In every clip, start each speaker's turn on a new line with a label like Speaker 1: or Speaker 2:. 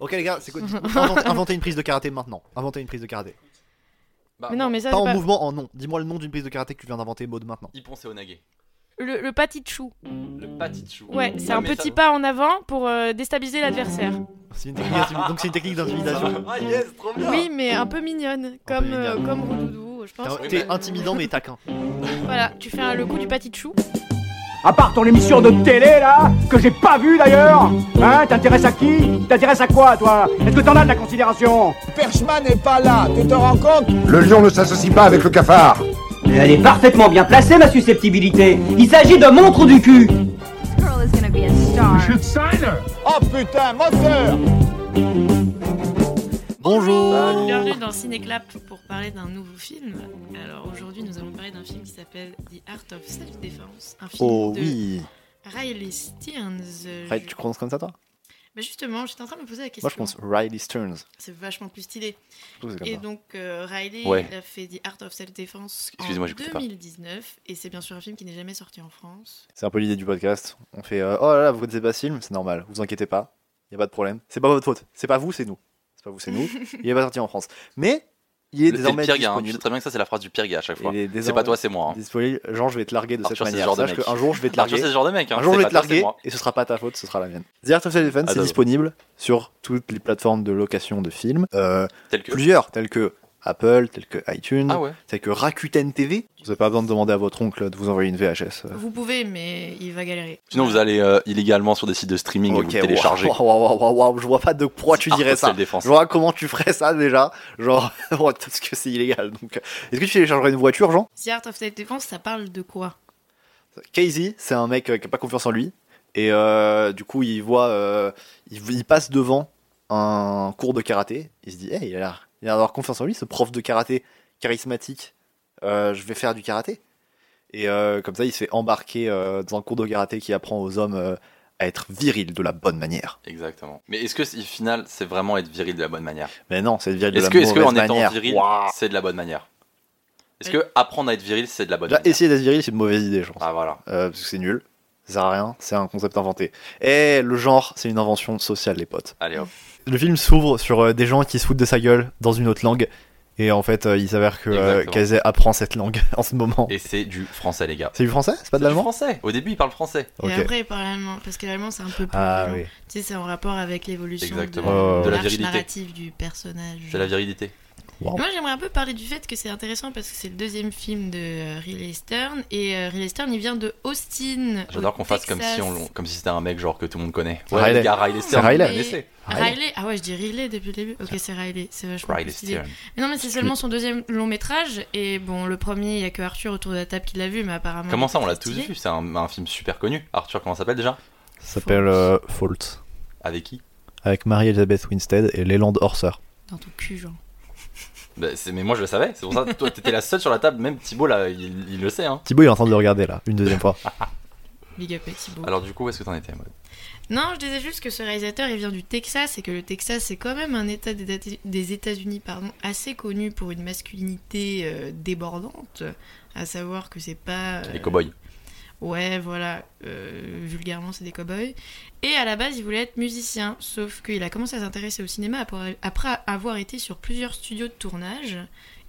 Speaker 1: Ok les gars, c'est quoi dites- inventez, inventez une prise de karaté maintenant. Inventez une prise de karaté.
Speaker 2: Bah,
Speaker 3: Mais non, mais ça,
Speaker 1: pas
Speaker 3: c'est
Speaker 1: en
Speaker 3: pas...
Speaker 1: mouvement, en nom. Dis-moi le nom d'une prise de karaté que tu viens d'inventer, mode maintenant.
Speaker 2: Ippon c'est Onage.
Speaker 3: Le, le pâtis de chou.
Speaker 2: Le petit chou.
Speaker 1: Mmh.
Speaker 3: Ouais, c'est un
Speaker 2: mais ça-
Speaker 3: petit pas en avant pour euh, déstabiliser l'adversaire.
Speaker 1: C'est une technique- donc c'est une technique d'intimidation.
Speaker 2: Ah yes, trop bien.
Speaker 3: Oui, mais un peu mignonne,
Speaker 1: peu
Speaker 3: comme, euh,
Speaker 1: mignonne. Ah,
Speaker 3: comme Roudoudou, je pense.
Speaker 1: T'es- T'es intimidant mais taquin.
Speaker 3: Voilà, tu fais un- le coup du pâtis de chou.
Speaker 4: À part ton émission de télé là, que j'ai pas vue d'ailleurs Hein T'intéresses à qui T'intéresses à quoi toi Est-ce que t'en as de la considération
Speaker 5: Perchman n'est pas là, tu te rends compte
Speaker 6: Le lion ne s'associe pas avec le cafard.
Speaker 7: Elle est parfaitement bien placée, ma susceptibilité. Il s'agit de mon trou du cul.
Speaker 8: girl is gonna be a star.
Speaker 5: Oh putain, moteur
Speaker 1: Bonjour
Speaker 9: Bienvenue dans Cinéclap pour parler d'un nouveau film. Alors aujourd'hui, nous allons parler d'un film qui s'appelle The Art of Self-Defense. Un film
Speaker 1: Oh
Speaker 9: de
Speaker 1: oui
Speaker 9: Riley Stearns. Euh,
Speaker 1: Riley,
Speaker 9: je-
Speaker 1: Tu prononces comme ça toi
Speaker 9: Bah justement, j'étais en train de me poser la question.
Speaker 1: Moi je pense Riley Stearns.
Speaker 9: C'est vachement plus stylé.
Speaker 1: Je trouve que c'est comme
Speaker 9: Et
Speaker 1: ça.
Speaker 9: donc, euh, Riley
Speaker 2: Ouais.
Speaker 9: a fait The Art of Self-Defense en
Speaker 2: Excusez-moi, j'écoutais pas.
Speaker 9: 2019. Et c'est bien sûr un film qui n'est jamais sorti en France.
Speaker 1: C'est un peu l'idée du podcast. On fait euh, Oh là là, vous connaissez pas ce film C'est normal, vous inquiétez pas, il a pas de problème. C'est pas votre faute, c'est pas vous, c'est nous. C'est pas vous, c'est nous. il est pas sorti en France. Mais il est
Speaker 2: Le- C'est le
Speaker 1: désormais
Speaker 2: pire gars, hein. tu sais
Speaker 1: disponible.
Speaker 2: très bien que ça c'est la phrase du pire gars à chaque fois.
Speaker 1: Il est
Speaker 2: C'est
Speaker 1: désormais
Speaker 2: pas toi, c'est moi. hein.
Speaker 1: disponible. Genre, je vais te larguer de
Speaker 2: Arthur,
Speaker 1: cette
Speaker 2: c'est ce
Speaker 1: manière.
Speaker 2: genre de
Speaker 1: Sache
Speaker 2: mec.
Speaker 1: qu'un jour, je vais te
Speaker 2: Arthur,
Speaker 1: larguer.
Speaker 2: c'est ce genre de mec. hein.
Speaker 1: Un jour,
Speaker 2: C'est
Speaker 1: je
Speaker 2: pas
Speaker 1: vais te
Speaker 2: toi, c'est
Speaker 1: larguer
Speaker 2: moi. Ah,
Speaker 1: et ce sera pas ta faute, ce sera la mienne. The Art of Self-Defense, c'est
Speaker 2: Adore.
Speaker 1: disponible sur toutes les plateformes de location de films. Euh,
Speaker 2: Tel que.
Speaker 1: Plusieurs, telles que Apple, telles que iTunes,
Speaker 2: Ah ouais.
Speaker 1: telles que Rakuten TV. Vous n'avez pas besoin de demander à votre oncle de vous envoyer une VHS. euh.
Speaker 9: Vous pouvez, mais il va galérer.
Speaker 2: Sinon vous allez euh, illégalement sur des sites de streaming et vous le
Speaker 1: waouh,
Speaker 2: téléchargez. Ah,
Speaker 1: waouh, waouh, waouh, waouh, je vois pas de pourquoi tu
Speaker 2: Art
Speaker 1: dirais
Speaker 2: of
Speaker 1: ça.
Speaker 2: Self-Defense.
Speaker 1: Je vois comment tu ferais ça déjà. Genre, bon, parce que c'est illégal. Donc, euh, est-ce que tu téléchargerais une voiture, Jean
Speaker 9: The Art of Self-Defense, ça parle de quoi
Speaker 1: Casey, c'est un mec euh, qui a pas confiance en lui. Et euh, du coup, il voit, euh, il, il passe devant un cours de karaté. Il se dit, hey, il a l'air il a l'air d'avoir confiance en lui, ce prof de karaté charismatique. Euh, je vais faire du karaté. Et euh, comme ça, il se fait embarquer euh, dans un cours de karaté qui apprend aux hommes euh, à être viril de la bonne manière.
Speaker 2: Exactement. Mais est-ce que au final c'est vraiment être viril de la bonne manière
Speaker 1: Mais non, c'est viril de
Speaker 2: Est-ce
Speaker 1: la
Speaker 2: que
Speaker 1: mauvaise
Speaker 2: est-ce que en
Speaker 1: manière.
Speaker 2: étant viril
Speaker 1: Waouh.
Speaker 2: c'est de la bonne manière Est-ce que apprendre à être viril c'est de la bonne
Speaker 1: Déjà,
Speaker 2: manière
Speaker 1: essayer d'être viril, c'est une mauvaise idée, je pense.
Speaker 2: Ah voilà.
Speaker 1: Euh, parce que c'est nul, ça sert à rien, c'est un concept inventé. Et le genre, c'est une invention sociale, les potes.
Speaker 2: Allez hop.
Speaker 1: Le film s'ouvre sur euh, des gens qui se foutent de sa gueule dans une autre langue. Et en fait, euh, il s'avère que euh,
Speaker 2: Exactement.
Speaker 1: Kazé apprend cette langue en ce moment.
Speaker 2: Et c'est du français les gars.
Speaker 1: C'est du français C'est pas de
Speaker 2: C'est du
Speaker 1: l'allemand
Speaker 2: français. Au début il parle français.
Speaker 1: Ok.
Speaker 9: Et après, il parle allemand. Parce que l'allemand, c'est un peu plus.
Speaker 1: Ah
Speaker 9: violent.
Speaker 1: oui.
Speaker 9: Tu sais, c'est en rapport avec l'évolution de,
Speaker 2: Exactement.
Speaker 1: Euh,
Speaker 2: De la
Speaker 9: l'arche
Speaker 2: virilité.
Speaker 9: narrative du personnage.
Speaker 2: C'est la virilité.
Speaker 1: Wow.
Speaker 9: Moi, j'aimerais un peu parler du fait que c'est intéressant parce que c'est le deuxième film de euh, Riley Stern. Et euh, Riley Stern, il vient de Austin.
Speaker 2: J'adore
Speaker 9: au
Speaker 2: qu'on fasse comme si
Speaker 9: Texas.
Speaker 2: on comme si c'était un mec genre que tout le monde connaît.
Speaker 1: C'est Riley.
Speaker 2: les gars, Riley Stern.
Speaker 1: C'est Riley.
Speaker 2: vous connaissez.
Speaker 1: Riley.
Speaker 9: Riley. Ah ouais, je dis Riley depuis le début. Ok, c'est Riley. C'est vachement
Speaker 2: Riley
Speaker 9: plus stylé.
Speaker 2: Stern.
Speaker 9: Mais non, mais c'est seulement son deuxième long métrage. Et bon, le premier, il y a que Arthur autour de la table qui l'a vu, mais apparemment.
Speaker 2: Comment ça on
Speaker 9: c'est
Speaker 2: l'a tous
Speaker 9: stylé.
Speaker 2: vu C'est un, un film super connu. Arthur comment ça s'appelle déjà
Speaker 1: Ça s'appelle euh, Fault.
Speaker 2: Avec qui
Speaker 1: Avec Marie-Elisabeth Winstead et Leland Horser.
Speaker 9: Dans ton cul, genre.
Speaker 2: Bah, c'est- Mais moi je le savais. C'est pour ça que toi t'étais la seule sur la table. Même Thibaut là il, il le sait. Hein.
Speaker 1: Thibaut, il est en train de le regarder là, une deuxième fois.
Speaker 9: Big up et Thibaut.
Speaker 2: Alors du coup où est-ce que t'en étais mode
Speaker 9: Non, je disais juste que ce réalisateur, il vient du Texas et que le Texas, c'est quand même un état des, dati- des États-Unis pardon, assez connu pour une masculinité euh, débordante, à savoir que c'est pas. euh,
Speaker 2: Les cowboys.
Speaker 9: Ouais, voilà, euh, vulgairement, c'est des cowboys. Et à la base, il voulait être musicien, sauf qu'il a commencé à s'intéresser au cinéma après- après avoir été sur plusieurs studios de tournage,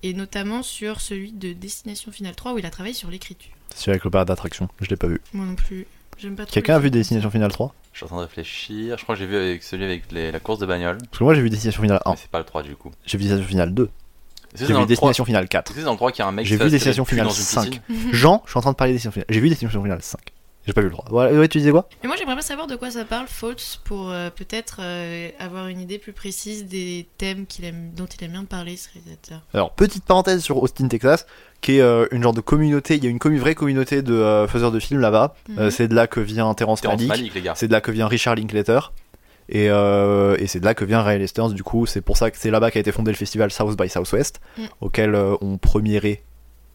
Speaker 9: et notamment sur celui de Destination Finale 3 où il a travaillé sur l'écriture.
Speaker 1: C'est celui avec le parc d'attraction, je l'ai pas vu.
Speaker 9: Moi non plus, j'aime pas trop.
Speaker 1: Quelqu'un a
Speaker 9: les
Speaker 1: vu
Speaker 9: films comme
Speaker 1: Destination Finale 3
Speaker 2: Je suis en train de réfléchir. Je crois que j'ai vu avec celui avec les- la course de bagnole.
Speaker 1: Parce que moi, j'ai vu Destination Finale 1,
Speaker 2: Mais c'est pas le 3 du coup.
Speaker 1: j'ai vu Destination Finale 2,
Speaker 2: Est-ce que c'est
Speaker 1: Oh. j'ai
Speaker 2: dans
Speaker 1: vu
Speaker 2: le 3 Est-ce
Speaker 1: Destination Finale 4.
Speaker 2: que c'est dans le 3 qu'il y a un mec
Speaker 1: J'ai
Speaker 2: qui se-
Speaker 1: vu
Speaker 2: se
Speaker 1: Destination
Speaker 2: fait le cul dans
Speaker 1: Finale
Speaker 2: une piscine
Speaker 1: 5. Jean, je suis en train de parler des Destination Finale. J'ai vu Destination Finale 5. J'ai pas eu le droit. Ouais, ouais, tu disais quoi
Speaker 9: ça. Mais moi, j'aimerais bien savoir de quoi ça parle, Faults, pour euh, peut-être euh, avoir une idée plus précise des thèmes qu'il aime, dont il aime bien parler, ce réalisateur.
Speaker 1: Alors, petite parenthèse sur Austin, Texas, qui est euh, une genre de communauté. Il y a une commu- vraie communauté de euh, faiseurs de films là-bas. Euh,
Speaker 9: Mhm.
Speaker 1: c'est de là que vient Terrence
Speaker 2: Terrence
Speaker 1: Malick.
Speaker 2: Malick les gars.
Speaker 1: C'est de là que vient Richard Linklater. Et, euh, et c'est de là que vient Riley Stearns, du coup. C'est pour ça que c'est là-bas qu'a été fondé le festival South by Southwest,
Speaker 9: Mm.
Speaker 1: auquel euh, on premiéré,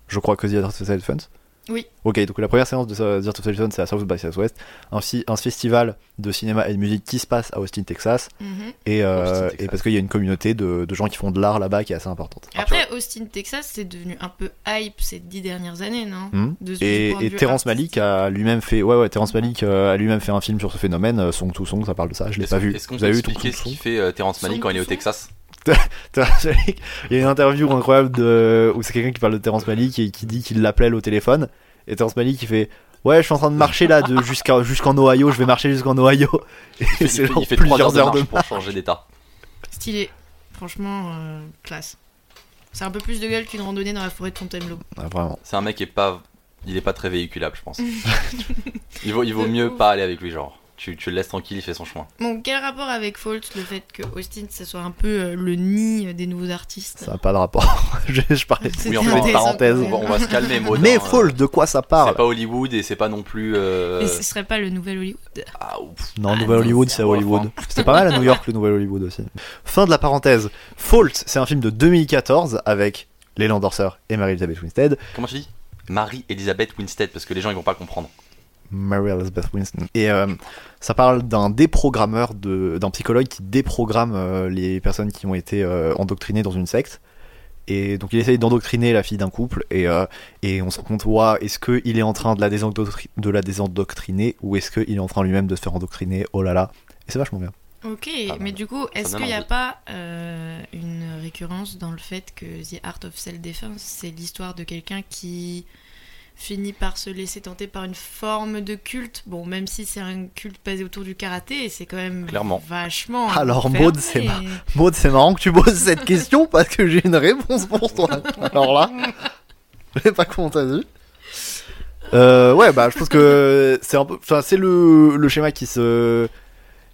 Speaker 1: je crois, que The Art of Self-Defense.
Speaker 9: Oui.
Speaker 1: Ok, donc la première séance de euh, The Art of Self-Defense, c'est à South by Southwest, un, fi- un festival de cinéma et de musique qui se passe à Austin, Texas,
Speaker 9: Mhm.
Speaker 1: et, euh,
Speaker 2: Austin, Texas.
Speaker 1: et parce qu'il y a une communauté de, de gens qui font de l'art là-bas qui est assez importante.
Speaker 9: Ah, Après, Austin, Texas, c'est devenu un peu hype ces dix dernières années, non
Speaker 1: Hmm.
Speaker 9: De ce-
Speaker 1: Et,
Speaker 9: du point de
Speaker 1: et
Speaker 9: vue
Speaker 1: Terrence
Speaker 9: artistique.
Speaker 1: Malick a lui-même fait, ouais, ouais, Terrence Malick euh, a lui-même fait un film sur ce phénomène, euh, Song to Song, ça parle de ça, je l'ai
Speaker 2: Est-ce
Speaker 1: pas
Speaker 2: qu'on-
Speaker 1: vu.
Speaker 2: Est-ce qu'on
Speaker 1: Vous
Speaker 2: peut
Speaker 1: avez vu ton
Speaker 2: expliquer ce qu'il fait euh, Terrence Malick
Speaker 9: Son-
Speaker 2: quand il est au
Speaker 9: son-
Speaker 2: Texas
Speaker 1: Terrence Malick. Il y a une interview incroyable de... où c'est quelqu'un qui parle de Terrence Malick et qui dit qu'il l'appelle au téléphone. Et Terrence Malick qui fait Ouais, je suis en train de marcher là de jusqu'à jusqu'en Ohio, je vais marcher jusqu'en Ohio. Et
Speaker 2: Il
Speaker 1: c'est
Speaker 2: fait,
Speaker 1: genre
Speaker 2: il fait trois heures
Speaker 1: plusieurs
Speaker 2: de
Speaker 1: heures de
Speaker 2: marche pour changer d'état.
Speaker 9: Stylé. Franchement, euh, classe. C'est un peu plus de gueule qu'une randonnée dans la forêt de Fontainebleau.
Speaker 1: Ah, Vraiment.
Speaker 2: C'est un mec qui est pas, il est pas très véhiculable, je pense. il vaut, il vaut
Speaker 9: De
Speaker 2: mieux
Speaker 9: ouf.
Speaker 2: pas aller avec lui, genre. Tu, tu le laisses tranquille, il fait son chemin.
Speaker 9: Bon, quel rapport avec Fault le fait que Austin, ce soit un peu euh, le nid des nouveaux artistes
Speaker 1: Ça n'a pas de rapport. je, je parlais.
Speaker 9: C'est
Speaker 2: Oui, on
Speaker 1: fait
Speaker 9: intéressant.
Speaker 1: une parenthèse.
Speaker 2: On va, on va se calmer, Maudin.
Speaker 1: Mais
Speaker 2: euh,
Speaker 1: Fall, de quoi ça
Speaker 2: C'est
Speaker 1: parle
Speaker 2: pas Hollywood et c'est pas non plus. euh,
Speaker 9: Et ce serait pas le nouvel Hollywood
Speaker 2: ah, ouf.
Speaker 1: Non,
Speaker 9: Ah,
Speaker 1: Nouvel
Speaker 9: non,
Speaker 1: Hollywood,
Speaker 9: c'est
Speaker 1: c'est à
Speaker 2: à moi,
Speaker 1: Hollywood. C'était pas mal à New York, le Nouvel Hollywood aussi. Fin de la parenthèse. Fault, c'est un film de 2014 avec Léland Dorseur et Mary-Elizabeth Winstead.
Speaker 2: Comment tu dis Marie-Elisabeth Winstead, parce que les gens ils vont pas comprendre.
Speaker 1: Mary Elizabeth Winston. Et euh, ça parle d'un déprogrammeur, de- d'un psychologue qui déprogramme euh, les personnes qui ont été euh, endoctrinées dans une secte. Et donc il essaye d'endoctriner la fille d'un couple et, euh, et on se rend compte, ouah, est-ce qu'il est en train de la, désendoctri- de la désendoctriner ou est-ce qu'il est en train lui-même de se faire endoctriner Oh là là. Et c'est vachement bien.
Speaker 9: Ok,
Speaker 2: Pas
Speaker 9: mais
Speaker 2: mal.
Speaker 9: du coup, est-ce
Speaker 2: donne
Speaker 9: qu'il n'y a
Speaker 2: envie.
Speaker 9: pas euh, une récurrence dans le fait que The Art of Self-Defense, c'est l'histoire de quelqu'un qui finit par se laisser tenter par une forme de culte Bon, même si c'est un culte basé autour du karaté, c'est quand même
Speaker 2: Clairement.
Speaker 9: vachement.
Speaker 1: Alors,
Speaker 9: fermé.
Speaker 1: Maud, c'est ma- Maud, c'est marrant que tu poses cette question parce que j'ai une réponse pour toi. Alors là, je sais pas comment t'as vu. Euh, ouais, bah je pense que c'est un peu, enfin c'est le, le schéma qui se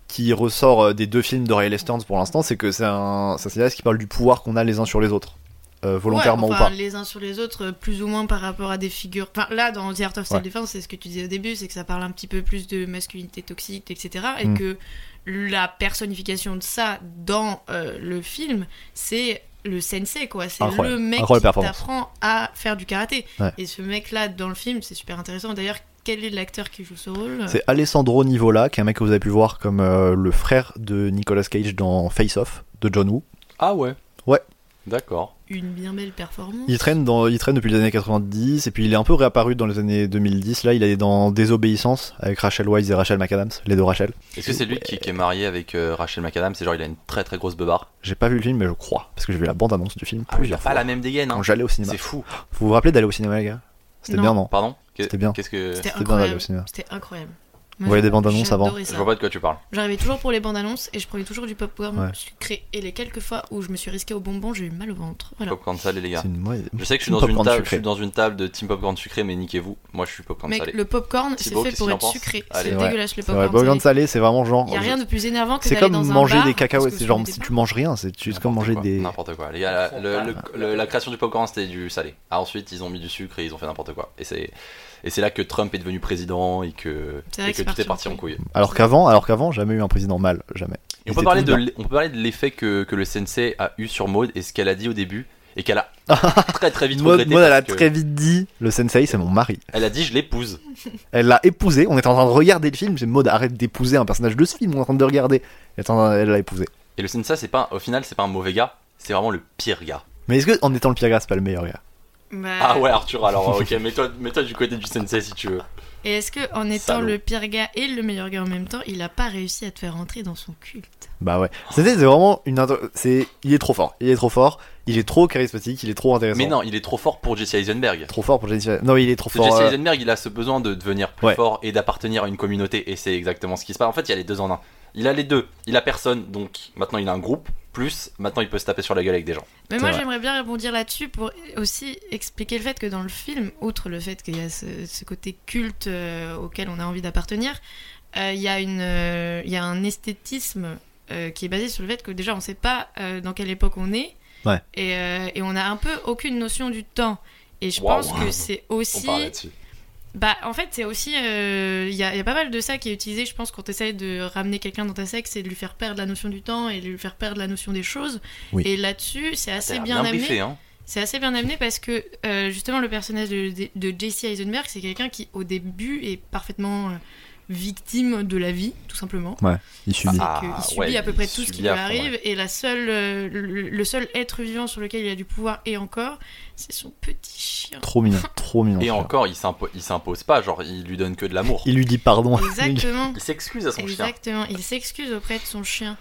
Speaker 1: qui ressort euh, des deux films de Riley Stearns pour l'instant, c'est que c'est un, c'est un cinéaste qui parle du pouvoir qu'on a les uns sur les autres, euh, volontairement
Speaker 9: Ouais, enfin,
Speaker 1: ou pas.
Speaker 9: Les uns sur les autres, euh, plus ou moins par rapport à des figures. Enfin, là, dans The Art of Self-Defense, c'est ce que tu disais au début, c'est que ça parle un petit peu plus de masculinité toxique, etc. Et
Speaker 1: Mm.
Speaker 9: que la personnification de ça dans euh, le film, c'est le sensei, quoi. C'est le
Speaker 1: Incroyable.
Speaker 9: mec
Speaker 1: Incroyable
Speaker 9: qui
Speaker 1: performance.
Speaker 9: t'apprend à faire du karaté.
Speaker 1: Ouais.
Speaker 9: Et ce mec-là, dans le film, c'est super intéressant. D'ailleurs, quel est l'acteur qui joue ce rôle
Speaker 1: C'est Alessandro Nivola, qui est un mec que vous avez pu voir comme euh, le frère de Nicolas Cage dans Face Off de John Woo.
Speaker 2: Ah ouais
Speaker 1: Ouais.
Speaker 2: D'accord.
Speaker 9: Une bien belle performance.
Speaker 1: Il traîne, dans, il traîne depuis les années 90 et puis il est un peu réapparu dans les années 2010. Là, il est dans Désobéissance avec Rachel Wise et Rachel McAdams, les deux Rachel.
Speaker 2: Est-ce que c'est lui qui, qui est marié avec euh, Rachel McAdams C'est genre, il a une très très grosse beubare.
Speaker 1: J'ai pas vu le film, mais je crois parce que j'ai vu la bande-annonce du film
Speaker 2: Ah oui, il a
Speaker 1: plusieurs
Speaker 2: pas
Speaker 1: fois
Speaker 2: la même dégaine. hein.
Speaker 1: quand j'allais au cinéma.
Speaker 2: C'est fou.
Speaker 1: Vous vous rappelez d'aller au cinéma, les gars C'était
Speaker 9: Non.
Speaker 1: bien, non
Speaker 2: Pardon Qu'est-
Speaker 1: C'était bien.
Speaker 2: Qu'est-ce que.
Speaker 9: C'était
Speaker 1: C'était bien d'aller
Speaker 9: incroyable.
Speaker 1: au cinéma.
Speaker 9: C'était incroyable.
Speaker 1: Vous voyez des bandes annonces avant
Speaker 9: j'adorais
Speaker 2: Je
Speaker 9: ça.
Speaker 2: vois pas de quoi tu parles.
Speaker 9: J'arrivais toujours pour les bandes annonces et je prenais toujours du popcorn
Speaker 1: Ouais.
Speaker 9: sucré. Et les quelques fois où je me suis risquée au bonbon, j'ai eu mal au ventre. Voilà.
Speaker 2: Popcorn salé, les gars.
Speaker 1: C'est une mauvaise-
Speaker 2: Je sais que je suis,
Speaker 1: Team
Speaker 2: dans une
Speaker 1: popcorn
Speaker 2: table, je
Speaker 1: sucré.
Speaker 2: suis dans une table de Team Popcorn sucré, mais niquez-vous. Moi, je suis Popcorn
Speaker 9: Mec,
Speaker 2: salé.
Speaker 9: le popcorn, c'est
Speaker 2: Thibaut,
Speaker 9: fait
Speaker 2: qu'est-ce
Speaker 9: pour
Speaker 2: qu'il en
Speaker 9: être
Speaker 2: pense
Speaker 9: sucré.
Speaker 2: Allez.
Speaker 9: C'est
Speaker 1: Ouais.
Speaker 9: dégueulasse le
Speaker 1: C'est vrai,
Speaker 9: popcorn.
Speaker 1: popcorn salé, c'est vraiment genre.
Speaker 9: Il y a rien de plus énervant que
Speaker 1: C'est
Speaker 9: d'aller
Speaker 1: comme
Speaker 9: dans un
Speaker 1: manger
Speaker 9: bar,
Speaker 1: des
Speaker 9: parce que
Speaker 1: cacahuètes.
Speaker 9: vous
Speaker 1: C'est genre,
Speaker 9: foutez
Speaker 1: si
Speaker 9: des
Speaker 1: tu manges rien, c'est juste comme
Speaker 2: N'importe
Speaker 1: manger
Speaker 2: quoi,
Speaker 1: des.
Speaker 2: N'importe quoi. Les gars, la, le- le- le- la création du popcorn, c'était du salé. Ah, ensuite, ils ont mis du sucre et ils ont fait n'importe quoi. Et c'est et c'est là que Trump est devenu président et que,
Speaker 9: C'est vrai
Speaker 2: et
Speaker 9: que
Speaker 2: que
Speaker 9: c'est
Speaker 2: tout est
Speaker 9: parti
Speaker 2: parti
Speaker 9: en
Speaker 2: en couille.
Speaker 1: Alors qu'avant, alors qu'avant, jamais eu un président mal, jamais.
Speaker 2: Et
Speaker 1: Ils
Speaker 2: on, peut
Speaker 1: étaient
Speaker 2: parler
Speaker 1: tous
Speaker 2: de,
Speaker 1: bien.
Speaker 2: l'e- on peut parler de l'effet que, que le sensei a eu sur Maud et ce qu'elle a dit au début et qu'elle a très très vite
Speaker 1: Maud,
Speaker 2: regretté.
Speaker 1: Maud, elle a
Speaker 2: parce que
Speaker 1: très vite dit le sensei, c'est mon mari.
Speaker 2: elle a dit je l'épouse.
Speaker 1: Elle l'a épousé. On était en train de regarder le film. J'ai mode arrête d'épouser un personnage de ce film. On est en train de le regarder. Elle est en train- elle l'a épousé.
Speaker 2: Et le sensei, c'est pas, un- au final, c'est pas un mauvais gars, c'est vraiment le pire gars.
Speaker 1: Mais est-ce que en étant le pire gars, c'est pas le meilleur gars
Speaker 9: trucs. Bah,
Speaker 2: Ah ouais, Arthur, alors ok, mets-toi mets-toi du côté du sensei si tu veux.
Speaker 9: Et est-ce que en étant
Speaker 2: Salaud.
Speaker 9: le pire gars et le meilleur gars en même temps, il a pas réussi à te faire rentrer dans son culte
Speaker 1: Bah ouais. C'était c'est vraiment une. inter- C'est il est trop fort. Il est trop fort. Il est trop charismatique. Il est trop intéressant.
Speaker 2: Mais non, il est trop fort pour Jesse Eisenberg.
Speaker 1: Trop fort pour Jennifer. Non, il est trop
Speaker 2: Parce que
Speaker 1: fort.
Speaker 2: Jesse
Speaker 1: euh,
Speaker 2: Eisenberg, il a ce besoin de devenir plus
Speaker 1: Ouais.
Speaker 2: fort et d'appartenir à une communauté, et c'est exactement ce qui se passe. En fait, il y a les deux en un. Il a les deux, il a personne, donc maintenant il a un groupe, plus maintenant il peut se taper sur la gueule avec des gens.
Speaker 9: Mais
Speaker 1: C'est
Speaker 9: moi
Speaker 1: vrai.
Speaker 9: j'aimerais bien rebondir là-dessus pour aussi expliquer le fait que dans le film, outre le fait qu'il y a ce, ce côté culte euh, auquel on a envie d'appartenir, euh, il y, a une, euh, il y a un esthétisme euh, qui est basé sur le fait que déjà on ne sait pas euh, dans quelle époque on est
Speaker 1: Ouais.
Speaker 9: et, euh, et on a un peu aucune notion du temps. Et je
Speaker 2: Waouh.
Speaker 9: pense que c'est aussi...
Speaker 2: On parle là-dessus.
Speaker 9: Bah, en fait, c'est aussi. euh, Il y, a il y a pas mal de ça qui est utilisé, je pense, quand tu de ramener quelqu'un dans ta secte, c'est de lui faire perdre la notion du temps et de lui faire perdre la notion des choses.
Speaker 1: Oui.
Speaker 9: Et là-dessus, c'est
Speaker 2: T'as
Speaker 9: assez
Speaker 2: l'air
Speaker 9: bien, amené.
Speaker 2: briefé, hein.
Speaker 9: C'est assez bien amené parce que, euh, justement, le personnage de, de Jesse Eisenberg, c'est quelqu'un qui, au début, est parfaitement. euh, victime de la vie, tout simplement.
Speaker 1: euh, Il subit.
Speaker 2: Ah,
Speaker 9: qu'il subit
Speaker 2: ouais,
Speaker 9: à peu près
Speaker 2: il
Speaker 9: tout ce qui
Speaker 2: subit
Speaker 9: lui
Speaker 2: à fond,
Speaker 9: arrive, et la seule, euh, le, le seul être vivant sur lequel il a du pouvoir, et encore, c'est son petit chien.
Speaker 1: Trop mignon, trop mignon.
Speaker 2: Ah. Et
Speaker 1: celui-là.
Speaker 2: encore, il s'impo- il s'impose pas, genre il lui donne que de l'amour.
Speaker 1: Il lui dit pardon.
Speaker 9: Exactement.
Speaker 2: Il s'excuse à son chien.
Speaker 9: Exactement. Il s'excuse auprès de son chien.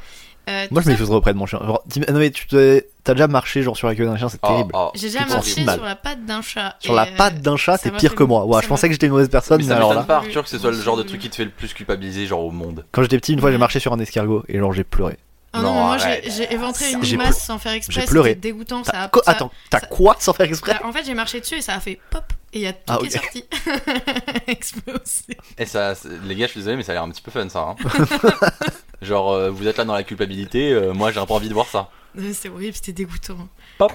Speaker 9: Euh,
Speaker 1: Moi, je
Speaker 9: tout ça-
Speaker 1: m'excuserais auprès de mon chien. Genre, t'im- non, mais tu te- t'as déjà marché genre sur la queue d'un chien, c'est
Speaker 2: Oh,
Speaker 1: terrible.
Speaker 2: oh.
Speaker 9: J'ai déjà
Speaker 1: tu te
Speaker 9: marché
Speaker 1: sens
Speaker 9: sur
Speaker 1: mal.
Speaker 9: la patte d'un chat.
Speaker 1: Sur
Speaker 9: et,
Speaker 1: la
Speaker 9: euh,
Speaker 1: patte d'un chat,
Speaker 9: ça
Speaker 1: c'est
Speaker 9: m'a
Speaker 1: pire
Speaker 9: fait-
Speaker 1: que moi. Ouais,
Speaker 9: ça
Speaker 1: je
Speaker 9: m'a
Speaker 1: pensais
Speaker 9: fait-
Speaker 1: que j'étais une mauvaise personne,
Speaker 2: Mais
Speaker 1: mais,
Speaker 2: ça
Speaker 1: alors
Speaker 2: m'étonne
Speaker 1: là.
Speaker 2: pas, Arthur, que ce soit le genre de
Speaker 9: Oui.
Speaker 2: truc qui te fait le plus culpabiliser, genre au monde.
Speaker 1: Quand j'étais petit, une fois, j'ai marché sur un escargot et genre j'ai pleuré.
Speaker 9: Ah non,
Speaker 2: Non,
Speaker 9: mais moi j'ai-
Speaker 2: arrête.
Speaker 9: j'ai éventré une
Speaker 1: J'ai
Speaker 9: masse sans faire exprès.
Speaker 1: J'ai pleuré.
Speaker 9: C'était dégoûtant.
Speaker 1: T'as
Speaker 9: Ça a-
Speaker 1: quoi-
Speaker 9: ça-
Speaker 1: Attends, t'as
Speaker 9: ça-
Speaker 1: quoi sans faire exprès
Speaker 9: En fait, j'ai marché dessus et ça a fait pop et il y a tout
Speaker 1: Ah, ok.
Speaker 9: qui est sorti. Explosé.
Speaker 2: Et ça, c'est- les gars, je suis désolé, mais ça a l'air un petit peu fun ça. hein. genre, euh, vous êtes là dans la culpabilité, euh, moi j'ai un peu envie de voir ça.
Speaker 9: Non, C'est horrible, c'était dégoûtant.
Speaker 2: Pop